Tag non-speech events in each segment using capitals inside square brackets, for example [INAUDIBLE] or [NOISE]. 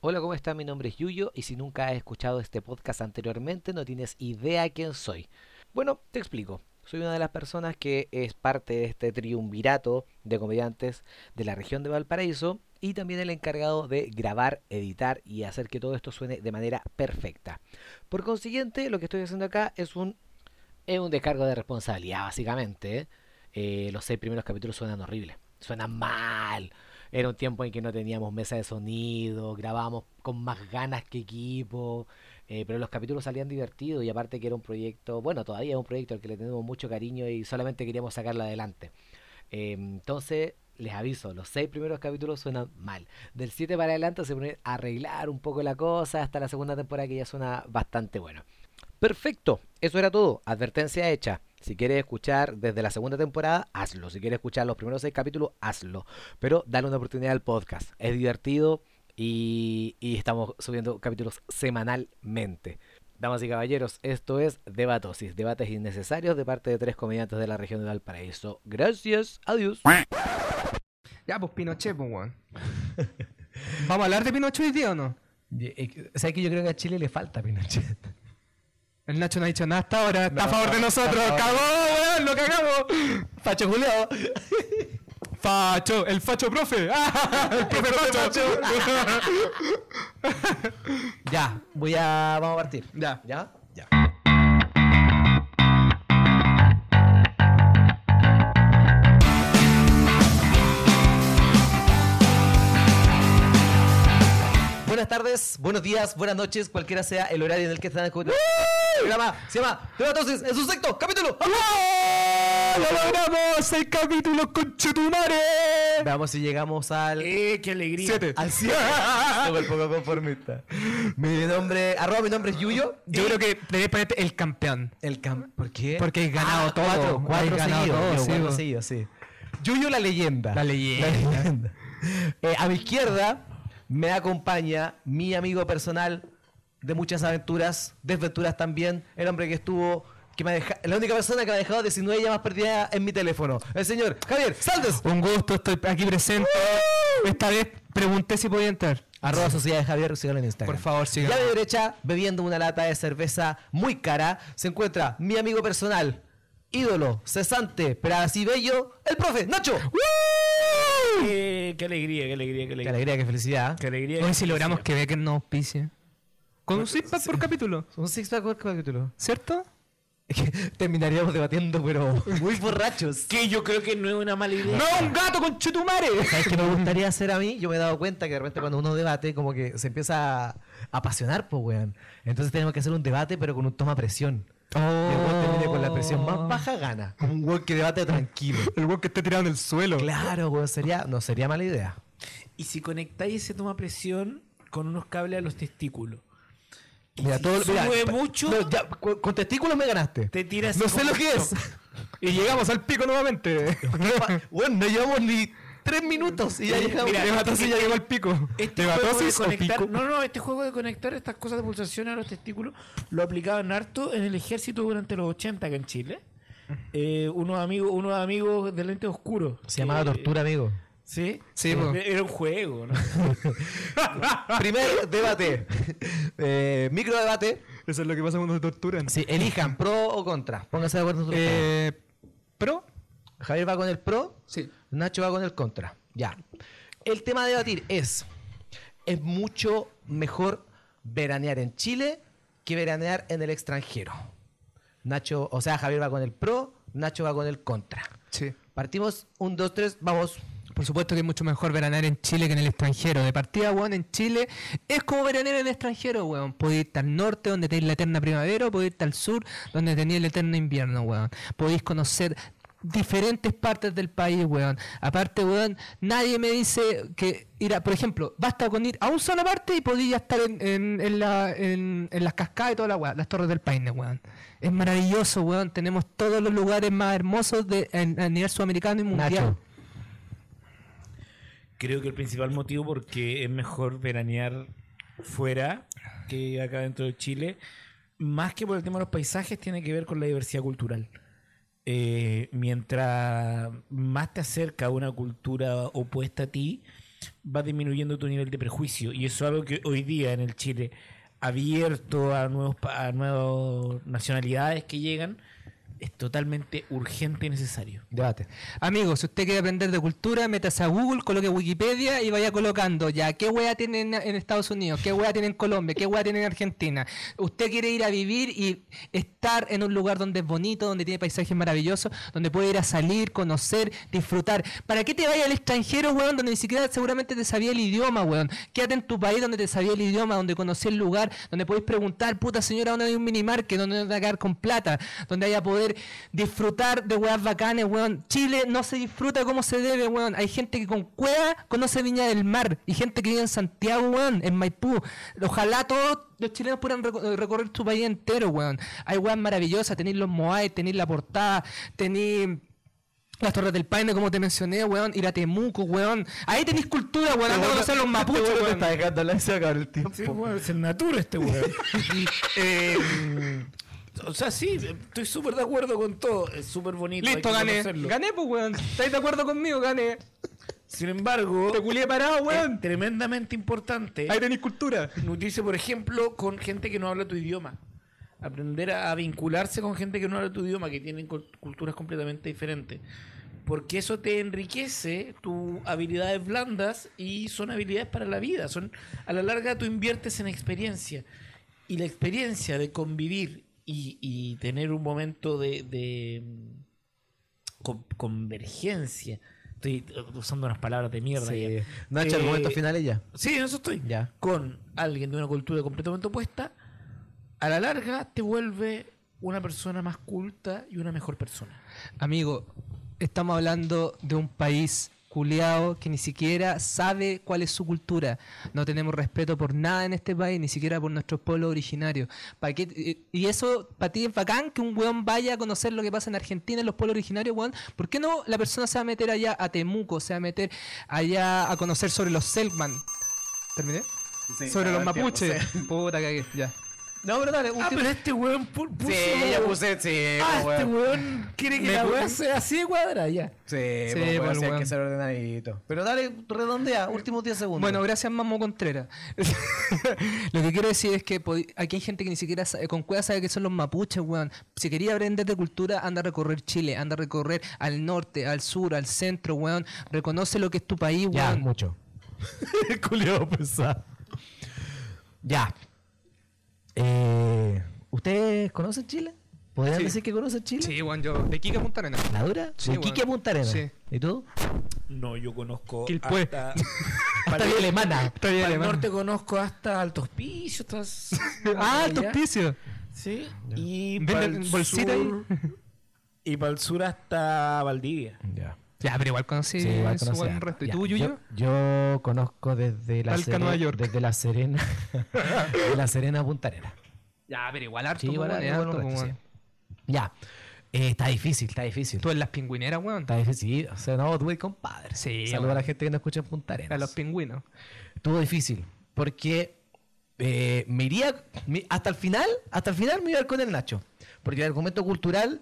Hola, ¿cómo está? Mi nombre es Yuyo y si nunca has escuchado este podcast anteriormente no tienes idea quién soy. Bueno, te explico. Soy una de las personas que es parte de este triunvirato de comediantes de la región de Valparaíso y también el encargado de grabar, editar y hacer que todo esto suene de manera perfecta. Por consiguiente, lo que estoy haciendo acá es un, es un descargo de responsabilidad, básicamente. ¿eh? Eh, los seis primeros capítulos suenan horribles, suenan mal. Era un tiempo en que no teníamos mesa de sonido, grabábamos con más ganas que equipo, eh, pero los capítulos salían divertidos y aparte que era un proyecto, bueno, todavía es un proyecto al que le tenemos mucho cariño y solamente queríamos sacarlo adelante. Eh, entonces, les aviso, los seis primeros capítulos suenan mal. Del 7 para adelante se pone a arreglar un poco la cosa hasta la segunda temporada que ya suena bastante bueno. Perfecto, eso era todo. Advertencia hecha. Si quieres escuchar desde la segunda temporada, hazlo. Si quieres escuchar los primeros seis capítulos, hazlo. Pero dale una oportunidad al podcast. Es divertido y, y estamos subiendo capítulos semanalmente. Damas y caballeros, esto es Debatosis, debates innecesarios de parte de tres comediantes de la región de Valparaíso. Gracias, adiós. Ya, pues Pinochet, pues, weón. [LAUGHS] ¿Vamos a hablar de Pinochet hoy día o no? ¿Sabes que yo creo que a Chile le falta Pinochet? [LAUGHS] El Nacho no ha dicho nada hasta ahora, está a favor de nosotros. ¡Cagó, weón! ¡Lo cagamos! [LAUGHS] Facho Julio. [LAUGHS] ¡Facho! ¡El facho profe! [LAUGHS] ¡Ah! ¡El profe facho! [LAUGHS] ya, voy a. Vamos a partir. ya. ¿Ya? Ya. Buenas tardes, buenos días, buenas noches, cualquiera sea el horario en el que están escuchando. El programa se llama Debatosis en su sexto capítulo. ¡Ah! ¡Lo logramos! ¡Seis capítulos con Chetumare! Veamos si llegamos al. ¡Eh, qué alegría! Siete. Al cierre. Súper poco conformista. Mi nombre, arroba, mi nombre es Yuyo. Yo creo que debes ponerte el campeón. El cam... ¿Por qué? Porque has ganado Ah, todo. Cuatro, cuatro has ganado seguidos. todo, Yo, sí, cuatro vos. seguidos, sí. Yuyo la leyenda. La leyenda. La leyenda. [LAUGHS] Eh, a mi izquierda me acompaña mi amigo personal de muchas aventuras, desventuras también, el hombre que estuvo... Que me ha deja- la única persona que me ha dejado 19 llamas perdidas en mi teléfono. El señor Javier Saldes. Un gusto, estoy aquí presente. Esta vez pregunté si podía entrar. Arroba Sociedad de Javier, síganlo en Instagram. Por favor, Y a síganme. mi derecha, bebiendo una lata de cerveza muy cara, se encuentra mi amigo personal, ídolo, cesante, pero así bello, el profe Nacho. Eh, ¡Qué alegría, qué alegría, qué ¡Qué alegría! alegría, qué felicidad! ¡Qué alegría! Hoy si logramos que Becker no auspicie. Con un six pack por capítulo, Un six pack por capítulo. ¿cierto? [LAUGHS] Terminaríamos debatiendo, pero [LAUGHS] muy borrachos. Que yo creo que no es una mala idea. ¡No, un gato con Chetumare! ¿Sabes [LAUGHS] qué me gustaría hacer a mí? Yo me he dado cuenta que de repente cuando uno debate, como que se empieza a apasionar, pues, weón. Entonces tenemos que hacer un debate, pero con un toma presión. Y el Oh. weón termine con la presión más baja gana. Como Oh. un weón que debate tranquilo. El weón que está tirado en el suelo. Claro, weón, sería, no sería mala idea. Y si conectáis ese toma presión con unos cables a los testículos. Y Mira, si todo, mira, sube pa- mucho, no, ya, cu- con testículos me ganaste. te tiras. no como sé lo que un es. shock. Y llegamos al [LAUGHS] pico nuevamente. Pa- bueno, no llevamos ni tres minutos y ya Eh, llegamos. Mira, Debatosis ya llegó al pico. Este juego de Debatosis o conectar, pico. no, no, este juego de conectar estas cosas de pulsación a los testículos lo aplicaban harto en el ejército durante los 80 acá en Chile. Eh, unos amigos, unos amigos de lentes oscuros. Se llamaba que- tortura, [LAUGHS] amigo. Eh, Sí, Sí, po. era un juego, ¿no? Primer debate. Eh, micro debate. Eso es lo que pasa cuando se torturan. Sí, elijan pro o contra. Pónganse de acuerdo. entre ustedes. Eh, ¿Pro? Javier va con el pro, Sí. Nacho va con el contra. Ya. El tema de debatir es, es mucho mejor veranear en Chile que veranear en el extranjero. Nacho, o sea, Javier va con el pro, Nacho va con el contra. Sí. Partimos, un, dos, tres, vamos. Por supuesto que es mucho mejor veranear en Chile que en el extranjero. De partida, weón, en Chile es como veranear en el extranjero, weón. Podéis irte al norte, donde tenéis la eterna primavera, o podéis irte al sur, donde tenéis el eterno invierno, weón. Podéis conocer diferentes partes del país, weón. Aparte, weón, nadie me dice que ir a, por ejemplo, basta con ir a un solo parte y podéis ya estar en, en- en la- en- en las cascadas y toda la weón, las torres del paine, weón. Es maravilloso, weón. Tenemos todos los lugares más hermosos de, en- a nivel sudamericano y mundial. Nacho. Creo que el principal motivo porque es mejor veranear fuera que acá dentro de Chile, más que por el tema de los paisajes, tiene que ver con la diversidad cultural. Eh, mientras más te acerca a una cultura opuesta a ti, va disminuyendo tu nivel de prejuicio. Y eso es algo que hoy día en el Chile, abierto a, nuevos, pa- a nuevas nacionalidades que llegan, es totalmente urgente y necesario. Debate. Amigos, si usted quiere aprender de cultura, métase a Google, coloque Wikipedia y vaya colocando ya qué hueá tienen en Estados Unidos, qué hueá tiene en Colombia, qué hueá tiene en Argentina. Usted quiere ir a vivir y estar en un lugar donde es bonito, donde tiene paisajes maravillosos, donde puede ir a salir, conocer, disfrutar. ¿Para qué te vayas al extranjero, weón, donde ni siquiera seguramente te sabía el idioma, weón? Quédate en tu país donde te sabía el idioma, donde conocí el lugar, donde podéis preguntar, puta señora, ¿dónde hay un minimarket? ¿Dónde no te va a quedar con plata? Donde haya poder disfrutar de weas bacanes, weón. Chile no se disfruta como se debe, weón. Hay gente que con cueva conoce Viña del Mar y gente que vive en Santiago, weón, en Maipú. Ojalá todos los chilenos puedan reco- recorrer tu país entero, weón. Hay weas maravillosas, tenéis los Moai, tenéis la portada, tenéis... Las Torres del Paine, como te mencioné, weón. Ir a Temuco, weón. Ahí tenéis cultura, weón. Anda a conocer los mapuches, Este weón me weón. está dejando hablar y se va a acabar el tiempo. Sí, weón, es el natura este weón. Eh, o sea, sí, estoy súper de acuerdo con todo. Es súper bonito. hay Listo, que gané. conocerlo. Gané, pues, weón. ¿Estáis de acuerdo conmigo? Gané. Sin embargo, Te culié parado, es weón. tremendamente importante Ahí tenéis cultura. nutrirse, por ejemplo, con gente que no habla tu idioma. Aprender a, a vincularse con gente que no habla tu idioma, que tienen cul- culturas completamente diferentes. Porque eso te enriquece tus habilidades blandas y son habilidades para la vida. Son, a la larga tú inviertes en experiencia. Y la experiencia de convivir y, y tener un momento de, de, mm, con- convergencia. Estoy eh, usando unas palabras de mierda. Sí. ya. Nacho, Eh, argumentos finales ya. Sí, en eso estoy. Ya. Con alguien de una cultura completamente opuesta, a la larga te vuelve una persona más culta y una mejor persona. Amigo, estamos hablando de un país culiao que ni siquiera sabe cuál es su cultura. No tenemos respeto por nada en este país, ni siquiera por nuestros pueblos originarios. ¿Para qué- eh, Y eso, para ti es bacán que un weón vaya a conocer lo que pasa en Argentina, en los pueblos originarios, weón. ¿Por qué no la persona se va a meter allá a Temuco, se va a meter allá a conocer sobre los Selkman? ¿Terminé? sobre los mapuches. Puta, cagué, ya. No, pero dale, un Ah, tiempo. pero este weón pu- puso... Sí, ya puse, sí, ah, pues, este weón. weón quiere que Me la pu- weá sea así de cuadra, ya. Sí, Sí, pues, weón, pues, sí, hay que weón. ser ordenadito. Pero dale, redondea, últimos 10 segundos. Bueno, gracias Mamo Contreras. [LAUGHS] lo que quiero decir es que podi- aquí hay gente que ni siquiera sabe- con cueva sabe que son los mapuches, weón. Si quería aprender de cultura, anda a recorrer Chile, anda a recorrer al norte, al sur, al centro, weón. Reconoce lo que es tu país, weón. Ya, [LAUGHS] mucho. Culeado pesado. Ya. Eh, ¿Ustedes conocen Chile? ¿Podrían Sí. decir que conocen Chile? Sí, weón, yo. De Quique a Punta Arenas. ¿La dura? Sí, ¿De Quique a weón. Punta Arenas? Sí. ¿Y tú? [LAUGHS] No, yo conozco Quilpué. [LAUGHS] hasta... Hasta bien alemana. Está Para el alemán. norte conozco hasta Altos Picios, estas... [LAUGHS] Ah, Altos altos picios. Sí, y Venden para el bolsita ahí. sur... Y para el sur hasta Valdivia. Ya. Ya, pero igual conocí Sí, igual su conocí buen a- resto. ¿Y ya, tú, Yuyo? Yo, yo conozco desde la, Talca, Nueva York. desde la Serena. [LAUGHS] de la Serena a Punta Arenas. Ya, pero igual Sí, harto, igual- weón, es igual un harto, resto, weón. sí. Ya. Eh, está difícil, está difícil. Tú en las pingüineras, weón. Está difícil. O sea, no, tuve compadre. Sí, Saludos a weón. la gente que nos escucha en Punta Arenas. A los pingüinos. Estuvo difícil. Porque eh, me iría. me- hasta el final, hasta el final me iba a ir con el Nacho. Porque el argumento cultural,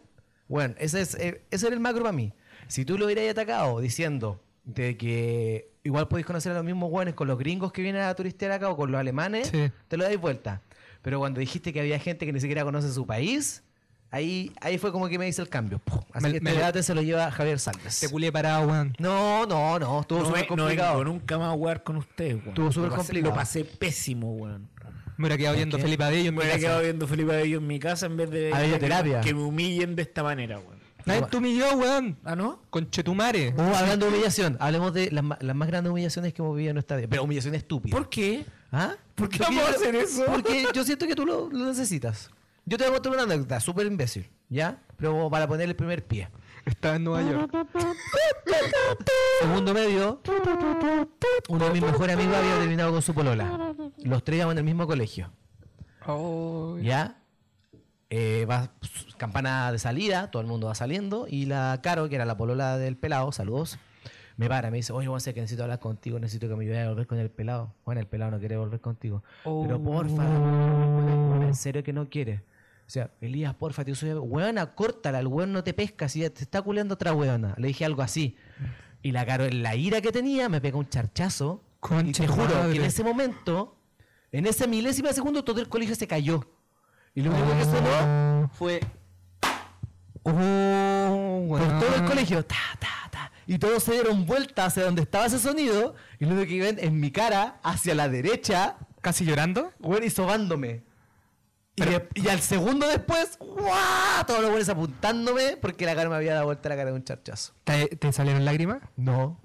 bueno, ese, es, eh, ese era el macro para mí. Si tú lo hubieras atacado diciendo de que igual podéis conocer a los mismos hueones con los gringos que vienen a turistear acá o con los alemanes, Sí. te lo dais vuelta. Pero cuando dijiste que había gente que ni siquiera conoce su país, ahí, ahí fue como que me hice el cambio. ¡Pum! Así Me- que este me- debate se lo lleva Javier Sánchez. Te culié parado, weón. No, no, no, estuvo No, súper ve- no complicado. vengo nunca más a jugar con ustedes, weón. Estuvo súper Lo pasé- complicado. Lo pasé pésimo, weón. Me hubiera quedado viendo qué? Felipe Abello en Me mi hubiera casa. quedado viendo Felipe Abello en mi casa en vez de A Belloterapia. que me humillen de esta manera, weón. Nadie te humilló, weón. ¿Ah, no? Conchetumare. Uh, hablando de humillación, hablemos de las, ma- las más grandes humillaciones que hemos vivido en nuestra vida. Pero humillación estúpida. ¿Por qué? ¿Ah? ¿Por qué Porque vamos a yo- hacer eso? Porque [LAUGHS] yo siento que tú lo, lo necesitas. Yo te voy a contar una anécdota súper imbécil, ¿ya? Pero como para poner el primer pie. Estaba en Nueva York. Segundo medio, uno de mis mejores amigos había terminado con su polola. Los tres íbamos en el mismo colegio, ¿ya? Eh, va s- campana de salida, todo el mundo va saliendo y la Caro, que era la polola del pelado, saludos, me para, me dice, oye, Juan, sé que necesito hablar contigo, necesito que me ayudes a volver con el pelado. Juan, el pelado no quiere volver contigo. Pero porfa, weón, en serio que no quiere. O sea, Elías, porfa, te uso. Weona, córtala, el weón no te pesca, si ya te está culeando otra weona. Le dije algo así. Y la Caro, en la ira que tenía, me pegó un charchazo. Y Concha te juro que madre. en ese momento, en ese milésima de segundo, todo el colegio se cayó. Y lo único que sonó Oh, fue oh, por weón. todo el colegio. Ta, ta, ta. Y todos se dieron vuelta hacia donde estaba ese sonido. Y lo único que ven es mi cara hacia la derecha, ¿Casi llorando? güey, y sobándome. Y, de- y al segundo después, ¡guau! Todos los güeyes apuntándome porque la cara me había dado vuelta la cara de un charchazo. ¿Te, te salieron lágrimas? No.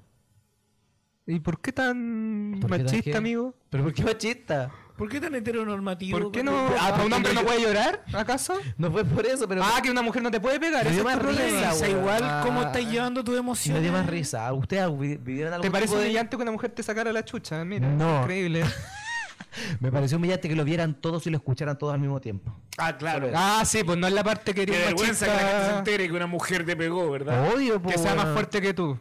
¿Y por qué tan ¿Por qué tan machista, qué? amigo? ¿Pero por qué machista? ¿Por qué tan heteronormativo? ¿Por qué no? Ah, ¿A un porque hombre no yo- puede llorar, acaso? No fue por eso, pero... Ah, que una mujer no te puede pegar. Me Ese dio es más tu risa, problema. Piensa weón. igual Ah. cómo estás llevando tus Y emociones. me dio más risa. ¿Ustedes vi- vivieron algo ¿Te parece humillante que una mujer te sacara la chucha? Eh, Mira, No. [LAUGHS] increíble. Me pareció humillante que lo vieran todos y lo escucharan todos al mismo tiempo. Ah, claro. Ah, sí, pues no es la parte que Qué eres vergüenza machista. que la gente se entere que una mujer te pegó, ¿verdad? Obvio, que sea más fuerte que tú.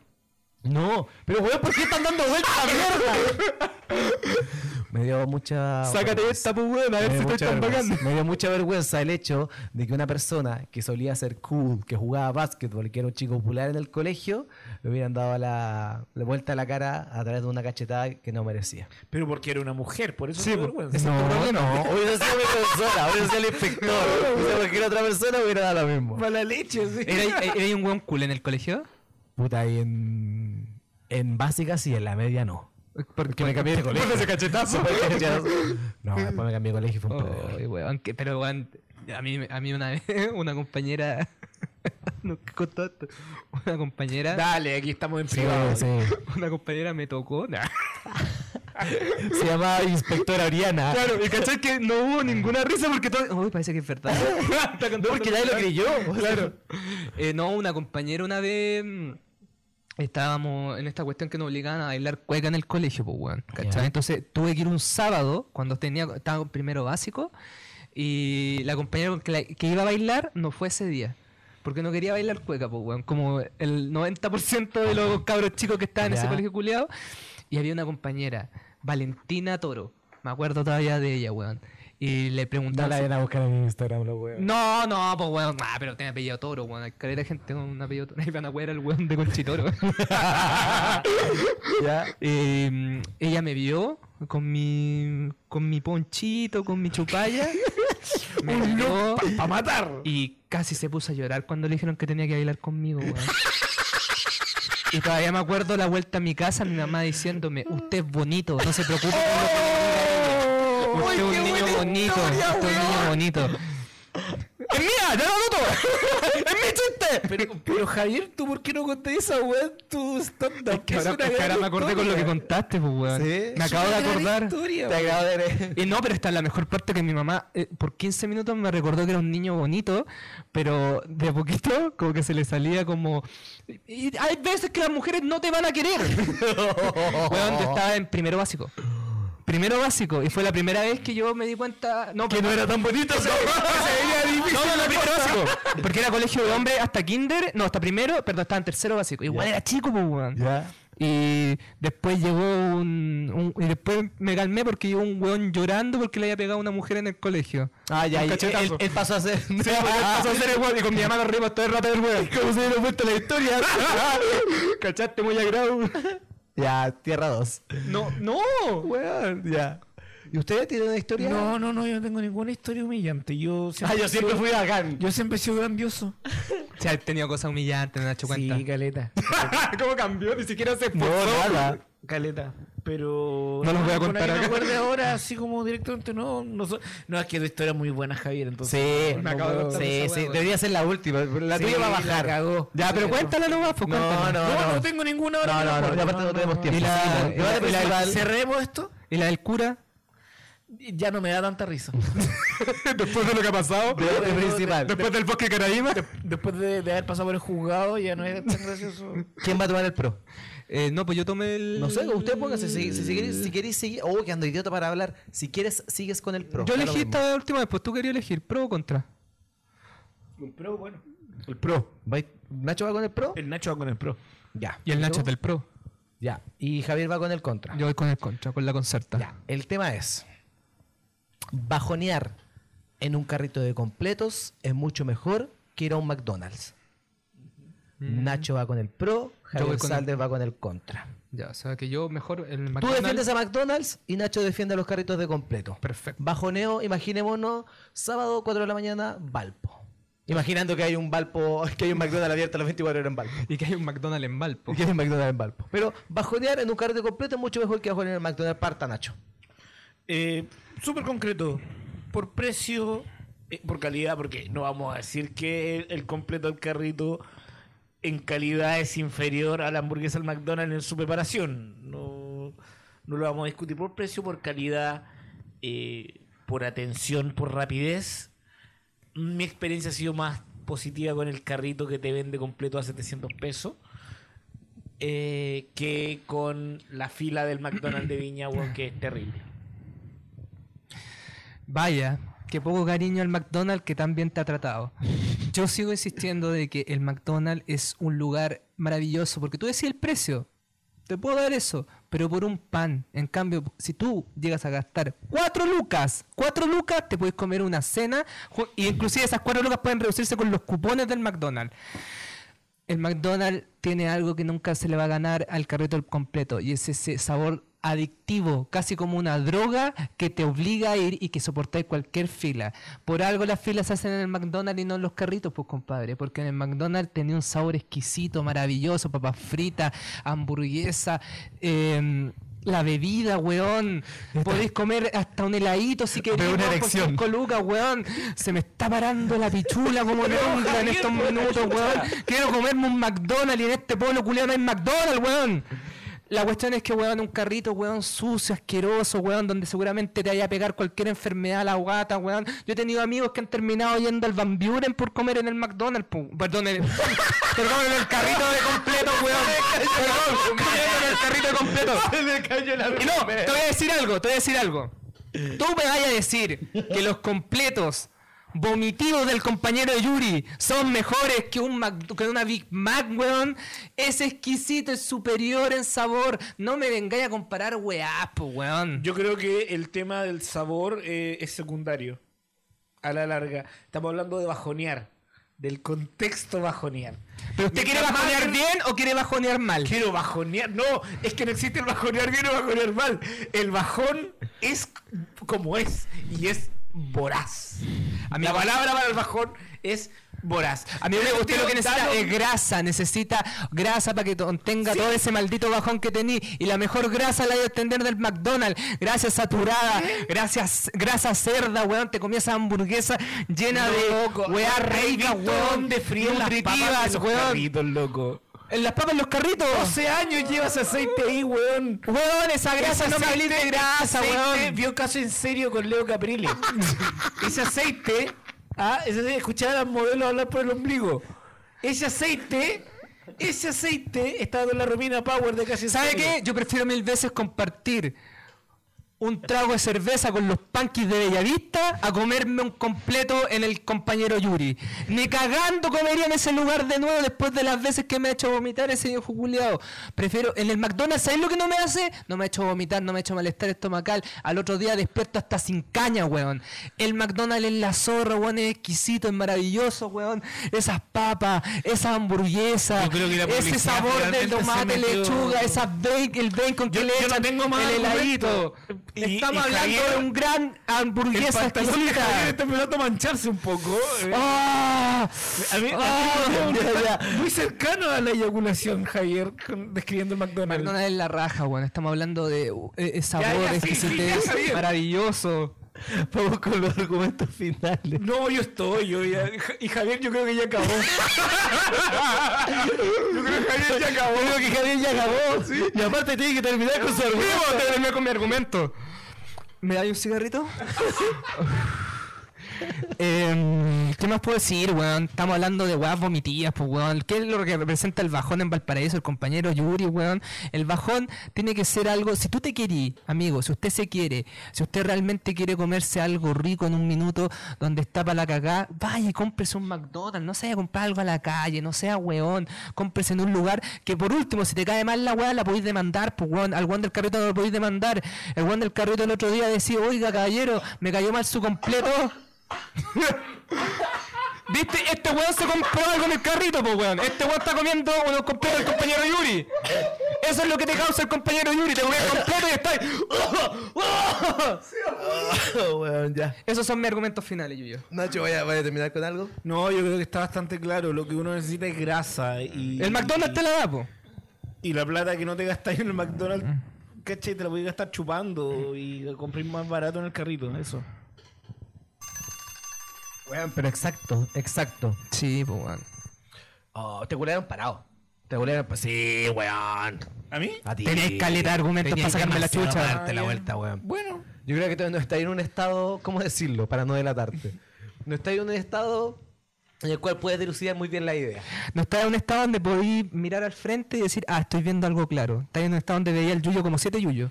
No, pero weón, ¿por qué están dando vueltas a mierda? [LAUGHS] Me dio mucha. Sácate esta, pues, weón, a Me ver si dio, estoy mucha tan bacán. vergüenza. Me dio mucha vergüenza el hecho de que una persona que solía ser cool, que jugaba básquetbol, que era un chico popular en el colegio, le hubieran dado la, la vuelta a la cara a través de una cachetada que no merecía. Pero porque era una mujer, por eso Sí, te pues, vergüenza. ese es tu problema. hubiera sido mi persona, hubiera sido el [LAUGHS] inspector. O sea, cualquier otra persona hubiera dado lo mismo. Mala leche, sí. ¿Era, era- era un weón cool en el colegio? Puta, y en, en básica sí, en la media no. Porque me cambié de colegio. Por ese cachetazo. [LAUGHS] No, después me cambié de colegio y fue un perdedor. Ay, Oh, weón, que- pero weón, a mí, a mí una vez, [LAUGHS] una compañera. [LAUGHS] no, qué contó esto. Una compañera. Dale, aquí estamos en Sí, privado. sí. Una compañera me tocó. Nah. Se llamaba Inspectora Oriana. [LAUGHS] Claro, y cachai que no hubo ninguna risa porque todo. Uy, parece que es verdad. [LAUGHS] Está contando Porque nadie lo creyó. [LAUGHS] Claro. Eh, no, una compañera una vez mm, estábamos en esta cuestión que nos obligaban a bailar cueca en el colegio, pues, weón. ¿cachai? Ya. Entonces tuve que ir un sábado, cuando tenía, estaba en primero básico, y la compañera con que, la- que iba a bailar no fue ese día. Porque no quería bailar cueca, pues, weón. Como el 90% de los cabros chicos que estaban en ese Ya. colegio culiado. Y había una compañera, Valentina Toro. Me acuerdo todavía de ella, weón. Y le No preguntaban... la si- vayan a buscar en Instagram, los huevos. no, no, pues weón, ah, pero tiene apellido toro, weón. Hay caleta de gente con un apellido toro. [LAUGHS] Ahí van a wear al weón de Conchitoro. ¿Ya? Eh, mm, ella me vio con mi. con mi ponchito, con mi chupalla. me vio A matar. y casi se puso a llorar cuando le dijeron que tenía que bailar conmigo, [LAUGHS] weón. Y todavía me acuerdo la vuelta a mi casa, mi mamá diciéndome, usted es bonito, no se preocupe. por lo que Usted es un niño bonito, usted es un niño bonito. ¡Es mía! ¡Ya lo noto! [LAUGHS] ¡Es mi chiste! Pero, pero Javier, ¿tú por qué no conté esa weá en tu stand-up? Es que ahora, Es una es que ahora gran me acordé con lo que historia. contaste, pues, weón. Sí. Me acabo de Es una gran acordar. historia, Te [LAUGHS] acabo de Y no, pero esta es la mejor parte que mi mamá eh, por 15 minutos me recordó que era un niño bonito, pero de a poquito como que se le salía como... "Y hay veces que las mujeres no te van a querer. [LAUGHS] Weón, yo estaba en primero básico. Primero básico, y fue la primera vez que yo me di cuenta... No, Que no era tan bonito. [LAUGHS] no, no, no, primero básico. Porque era colegio de hombres hasta kinder, no, hasta primero, perdón, estaba en tercero básico. Igual era chico, pues, weón. ¿Ya? Y después llegó un, un- Y después me calmé porque llegó un weón llorando porque le había pegado a una mujer en el colegio. [LAUGHS] Ah, ya, Un ya. Él, cachetazo. él pasó a ser. [LAUGHS] [LAUGHS] Sí, porque él pasó a ser el weón, y con mi mamá nos rimos todo el rato del weón. ah, Como se dieron cuenta la [LAUGHS] historia. ¿Cachaste muy agrado? ya, tierra 2. No, no. Weón, ya. ¿Y ustedes tienen una historia? No, no, no, yo no tengo ninguna historia humillante. Yo [LAUGHS] Ah, siempre, yo siempre fui bacán. yo siempre he sido grandioso. O sea, he tenido cosas humillantes, me he hecho cuenta. Sí, caleta. [LAUGHS] ¿Cómo cambió? Ni siquiera se No, nada. Caleta. Pero. No los voy a con contar la que acá. Me acuerdo ahora, así como directamente, no. No, so- no, es que tu historia es muy buena, Javier. Entonces, Sí, Me acabo de no, contar Eh, sí, esa sí, hueá, weón. debería ser la última. La Sí, tuya va a la bajar. cagó. Ya, pero cuéntala nomás, pues No, cuéntala. no, No, no, no. tengo ninguna No, hora. que me no, no, acuerde. y aparte no tenemos tiempo. Y la- Sí, y no, la- no, y la- no, no, no. Cerremos esto. ¿Y la del cura? Ya no me da tanta risa. [LAUGHS] [LAUGHS] Después de lo que ha pasado. Debate principal. Después del bosque Caraíma. Después de, de haber pasado por el juzgado, ya no es tan gracioso. ¿Quién va a tomar el pro? Eh, no, pues yo tomé el. No sé, usted póngase, si, si, si queréis si queréis seguir, oh, que ando idiota para hablar, si quieres, sigues con el pro. Yo Da lo elegí mismo. esta última vez, pues tú querías elegir pro o contra. Un pro, bueno. El pro. ¿Va- ¿Nacho va con el pro? El Nacho va con el pro. Ya. Y el ¿Tú? Nacho es del pro. Ya. Y Javier va con el contra. Yo voy con el contra, con la concerta. Ya. El tema es, bajonear en un carrito de completos es mucho mejor que ir a un McDonald's. Nacho va con el pro, Javier Mm. voy con el- Saldes va con el contra. Ya, o sea que yo mejor el Tú McDonald's- defiendes a McDonald's y Nacho defiende a los carritos de completo. Perfecto. Bajoneo, imaginémonos, sábado 4 de la mañana, Valpo. Imaginando que hay un Valpo, [LAUGHS] que hay un McDonald's abierto a las 24 horas en Valpo. Y que hay un McDonald's en Valpo. Y que hay un McDonald's en Valpo. Pero bajonear en un carrito completo es mucho mejor que bajonear en el McDonald's parta, Nacho. Eh, Súper concreto. Por precio, eh, por calidad, porque no vamos a decir que el, el completo del carrito en calidad es inferior a la hamburguesa al McDonald's en su preparación. No, no lo vamos a discutir por precio, por calidad, eh, por atención, por rapidez. Mi experiencia ha sido más positiva con el carrito que te vende completo a 700 pesos. eh, que con la fila del McDonald's de Viña, weón, que es terrible. Vaya, qué poco cariño al McDonald's que tan bien te ha tratado. Yo sigo insistiendo de que el McDonald's es un lugar maravilloso, porque tú decís el precio, te puedo dar eso, pero por un pan. En cambio, si tú llegas a gastar cuatro lucas, cuatro lucas, te puedes comer una cena, ju- y inclusive esas cuatro lucas pueden reducirse con los cupones del McDonald's. El McDonald's tiene algo que nunca se le va a ganar al carrito al completo y es ese sabor adictivo, casi como una droga que te obliga a ir y que soportáis cualquier fila. Por algo las filas se hacen en el McDonald's y no en los carritos, pues compadre, porque en el McDonald's tenía un sabor exquisito, maravilloso, papas fritas, hamburguesa, em, la bebida, weón. Podéis comer hasta un heladito si queréis. Veo una weón, por erección. cinco lucas, weón. Se me está parando la pichula como nunca en estos minutos, weón. Quiero comerme un McDonald's y en este pueblo culiao no hay McDonald's, weón. La cuestión es que, weón, un carrito, weón, sucio, asqueroso, weón, donde seguramente te vaya a pegar cualquier enfermedad a la guata, weón. Yo he tenido amigos que han terminado yendo al Van Buren por comer en el McDonald's, pu- perdón, en el, [LAUGHS] perdón, en el carrito de completo, weón. Perdón, en el carrito de completo. Y no, te voy a decir algo, te voy a decir algo. Tú me vayas a decir que los completos vomitivos del compañero Yuri son mejores que, un Mac- que una Big Mac, weón. Es exquisito, es superior en sabor. No me vengáis a comparar weá, po, weón. Yo creo que el tema del sabor eh, es secundario. A la larga. Estamos hablando de bajonear. Del contexto bajonear. ¿Pero usted quiere Mientras más- bajonear bien o quiere bajonear mal? Quiero bajonear. No, es que no existe el bajonear bien o bajonear mal. El bajón es como es. Y es voraz. Amigo- la palabra para el bajón es voraz. A mí me usted lo que necesita Dalo- es grasa, necesita grasa para que contenga todo ese maldito bajón que tení. Y la mejor grasa la hay a obtener del McDonald's. Grasa saturada, gracias, grasa cerda, weón. Te comí esa hamburguesa llena Loco, de weá ¿has rica, visto weón. dónde fríen las papas de nutritivas, los weón. carritos, loco. En las papas en los carritos. 12 años llevas aceite ahí, weón. Weón, esa grasa Ese no me hablé aceite- de grasa, aceite, weón. Ah, Vio caso en serio con Leo [LAUGHS] Caprile. ese aceite, ah, ese aceite, escuchaba a las modelos hablar por el ombligo. Ese aceite, ese aceite estaba con la Romina Power de casi ¿Sabe qué? Yo prefiero mil veces compartir un trago de cerveza con los punkis de Bellavista a comerme un completo en el compañero Yuri. Ni cagando comería en ese lugar de nuevo después de las veces que me ha hecho vomitar ese viejo culiao. Prefiero en el McDonald's, ¿sabes lo que no me hace? No me ha hecho vomitar, no me ha hecho malestar estomacal. Al otro día despierto hasta sin caña, weón. El McDonald's es la zorra, weón, es exquisito, es maravilloso, weón. Esas papas, esa hamburguesa, Yo creo que la ese publicidad sabor del realmente se tomate, metió- lechuga, esas bacon, el bacon que Yo- le yo no echan, tengo más el heladito. argumentos. Y- Estamos y hablando Javier- de un gran El hamburguesa pantalón de Javier exquisita. está empezando a mancharse un poco. eh. ¡Ah! A mí- a mí ah, me ya, parece ya. muy cercano a la eyaculación, Javier, con- describiendo el McDonald's. Perdona es la raja, weón. Estamos hablando de uh, eh, eh, sabor, ya, sí, exquisitez, sí, ya, Javier. maravilloso. Vamos con los argumentos finales. No, yo estoy, yo ya. Y Javier, yo creo que ya acabó. yo creo que Javier ya acabó. Creo que Javier ya acabó. Y aparte tiene que terminar con su argumento. terminé con mi argumento. ¿Me dais un cigarrito? Em, ¿Qué más puedo decir, weón? Estamos hablando de weas vomitivas, pues, weón. ¿Qué es lo que representa el bajón en Valparaíso, el compañero Yuri, weón? El bajón tiene que ser algo. Si tú te querís, amigo, si usted se quiere, si usted realmente quiere comerse algo rico en un minuto donde está para la cagá, vaya y cómprese un McDonald's. No se vaya a comprar algo a la calle, no sea weón. Cómprese en un lugar que, por último, si te cae mal la wea, la podéis demandar, pues, weón. Al weón del carrito no lo podéis demandar. El weón del carrito el otro día decía, oiga, caballero, me cayó mal su completo. ¿Viste? Este weón se compró algo en el carrito, pues weón. Este weón está comiendo unos completos del compañero Yuri. Eso es lo que te causa el compañero Yuri. Te voy a completo y estás. [COUGHS] Weón, ya. Esos son mis argumentos finales, Yuyo. Nacho, ¿vaya, vaya a terminar con algo? No, yo creo que está bastante claro. Lo que uno necesita es grasa. Y, El McDonald's te la da, po. Y la plata que no te gastáis en el McDonald's, caché, te la podéis gastar chupando y la compréis más barato en el carrito. Eso. Weón, pero exacto, exacto. Sí, po, weón. Oh, te culearon parado. Te culearon pa- Sí, weón. ¿A mí? A ti. Tenías caleta de argumentos Tenías para sacarme la demasiado chucha. para darte la vuelta, weón. Bueno. Yo creo que todavía no está en un estado, ¿cómo decirlo? Para no delatarte. No está en un estado en el cual puedes dilucidar muy bien la idea. No estás en un estado donde podí mirar al frente y decir, ah, estoy viendo algo claro. Estás en un estado donde veía el Yuyo como siete Yuyo.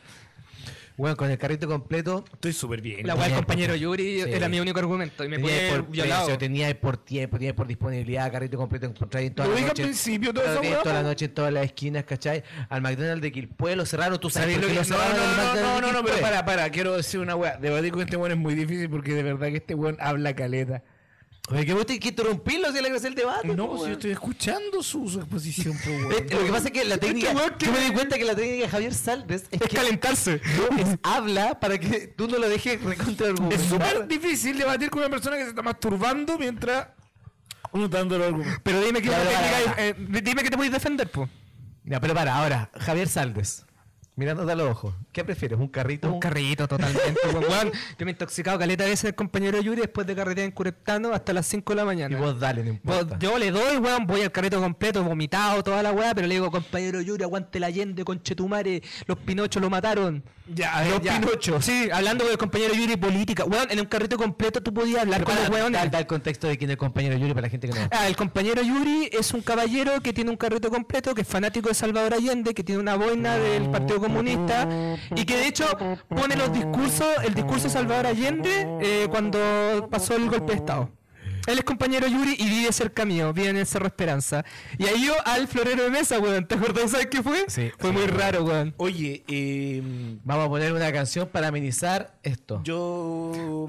Weón, con el carrito completo. Estoy súper bien. La weá cual del el compañero compañero Yuri era era mi mi único argumento. Y me Tenía fue por precio, tenía por tiempo, tenía por disponibilidad, carrito completo, encontráis en todas Lo las dije al noches. principio, toda Lo esa tenía weá, toda la po. noche en todas las esquinas, ¿cachai? Al McDonald's de Quilpue lo cerraron, tú sabes ¿Sabes por lo qué que- lo No, cerraron no, no, el McDonald's no, de no, no, pero Quilpué? para, para, quiero decir una weá. Debatir con este weón es muy difícil porque de verdad que este weón habla caleta. Oye, que vos tenés que interrumpirlo si le agradece el debate. No, po, si yo weón. estoy Este escuchando su, su exposición, po, Eh, weón. Lo que pasa es que la técnica. Yo me di cuenta que la técnica de Javier Saldes [LAUGHS] es Es que calentarse. es- habla para que tú no lo dejes Es súper recontraargumentar. difícil debatir con una persona que se está masturbando mientras uno está dando algo. Pero dime que, Ya, una ya, ya, técnica- eh, dime que te puedes defender, po. Ya, pero para, ahora, Javier Saldes. Mirándote a los ojos. ¿Qué prefieres? ¿Un carrito? Un carrillito [LAUGHS] totalmente, weón. Weón, Yo me he intoxicado caleta de veces el compañero Yuri después de carretear en Cureptano hasta las 5 de la Y mañana. vos dale, no Vos- importa. yo le doy, weón, voy al carrito completo, vomitado, toda la weá, pero le digo, compañero Yuri, aguante la Allende, conchetumare, los Pinochos lo mataron. Ya, a Los ver, ya. Pinochos, sí, hablando con el compañero Yuri política. Weón, en un carrito completo tú podías hablar Pero con los para, weones. da, da el contexto de quién es el compañero Yuri para la gente que no. Ah, el compañero Yuri es un caballero que tiene un carrito completo, que es fanático de Salvador Allende, que tiene una boina del Partido Comunista y que de hecho pone los discursos, el discurso de Salvador Allende eh, cuando pasó el golpe de Estado. Él es compañero Yuri y vive cerca mío, vive en el Cerro Esperanza. Y ahí yo al florero de mesa, weón. ¿Te acordás? ¿Sabes qué fue? Sí, Fue sí, muy weón. raro, weón. [LAUGHS] Oye, eh, Vamos a poner una canción para amenizar esto. yo,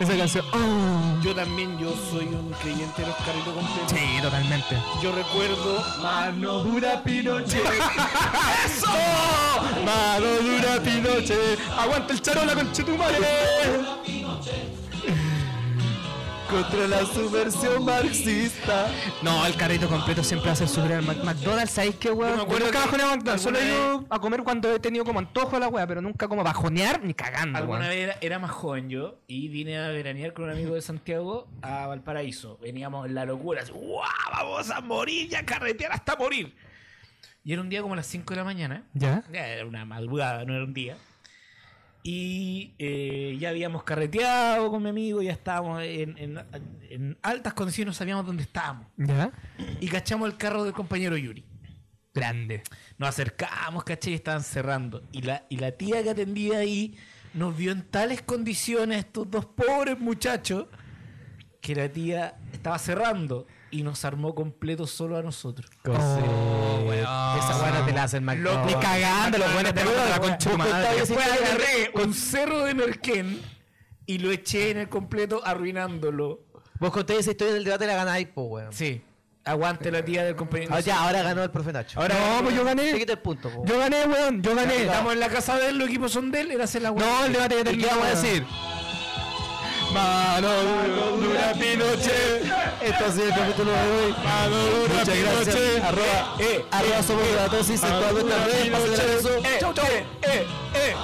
Esa canción. oh. yo también, yo soy un creyente de los carritos completos. Sí, totalmente. Yo recuerdo Mano dura Pinochet. Mano dura Pinoche, aguanta el charola con contra la subversión marxista. No, el carrito completo siempre hace superior al Mac- McDonald's, ¿sabéis qué, weón? Yo me acuerdo nunca que bajoneo a McDonald's, solo he alguna ido a comer cuando he tenido como antojo a la weá, pero nunca como a bajonear ni cagando, Alguna weón. vez era, era más joven yo y vine a veranear con un amigo de Santiago a Valparaíso. Veníamos en la locura, así, ¡guau! Vamos a morir, ya carretear hasta morir. Y era un día como a las 5 de la mañana. ¿Ya? Ya era una madrugada, no era un día. Y eh, ya habíamos carreteado con mi amigo, ya estábamos en, en- en altas condiciones, no sabíamos dónde estábamos. ¿Ya? Y cachamos el carro del compañero Yuri. Grande. Nos acercamos, caché, y estaban cerrando. Y la, y la tía que atendía ahí nos vio en tales condiciones, estos dos pobres muchachos, que la tía estaba cerrando y nos armó completo solo a nosotros. Oh, weón. Esa guana te la hacen mal. Loco. Ni cagando, los buenos te la concha de tu madre. Después agarré un cerro de merquén y lo eché en el completo arruinándolo. Vos contáis esa historia del debate la ganáis, po, weón. Sí, aguante la tía del compañero. Ah, ya, ahora ganó el profe Nacho. Ahora No, ganó- pues yo gané. Te quito el punto, po. Yo gané, weón, yo gané. Estamos en la casa de él, los equipos son de él, era hacer la No, el debate ya ¿Y qué terminó. vamos a weón. decir? Mano dura Pinoche. Esto ha sido el capítulo de hoy. Muchas gracias. Arroba, eh, arroba somos de la dosis en todas nuestras redes. Pásenla de eso. Chau, chau. eh, eh.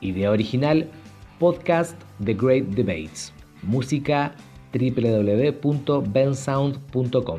Idea original, podcast The Great Debates. Música www.bensound.com.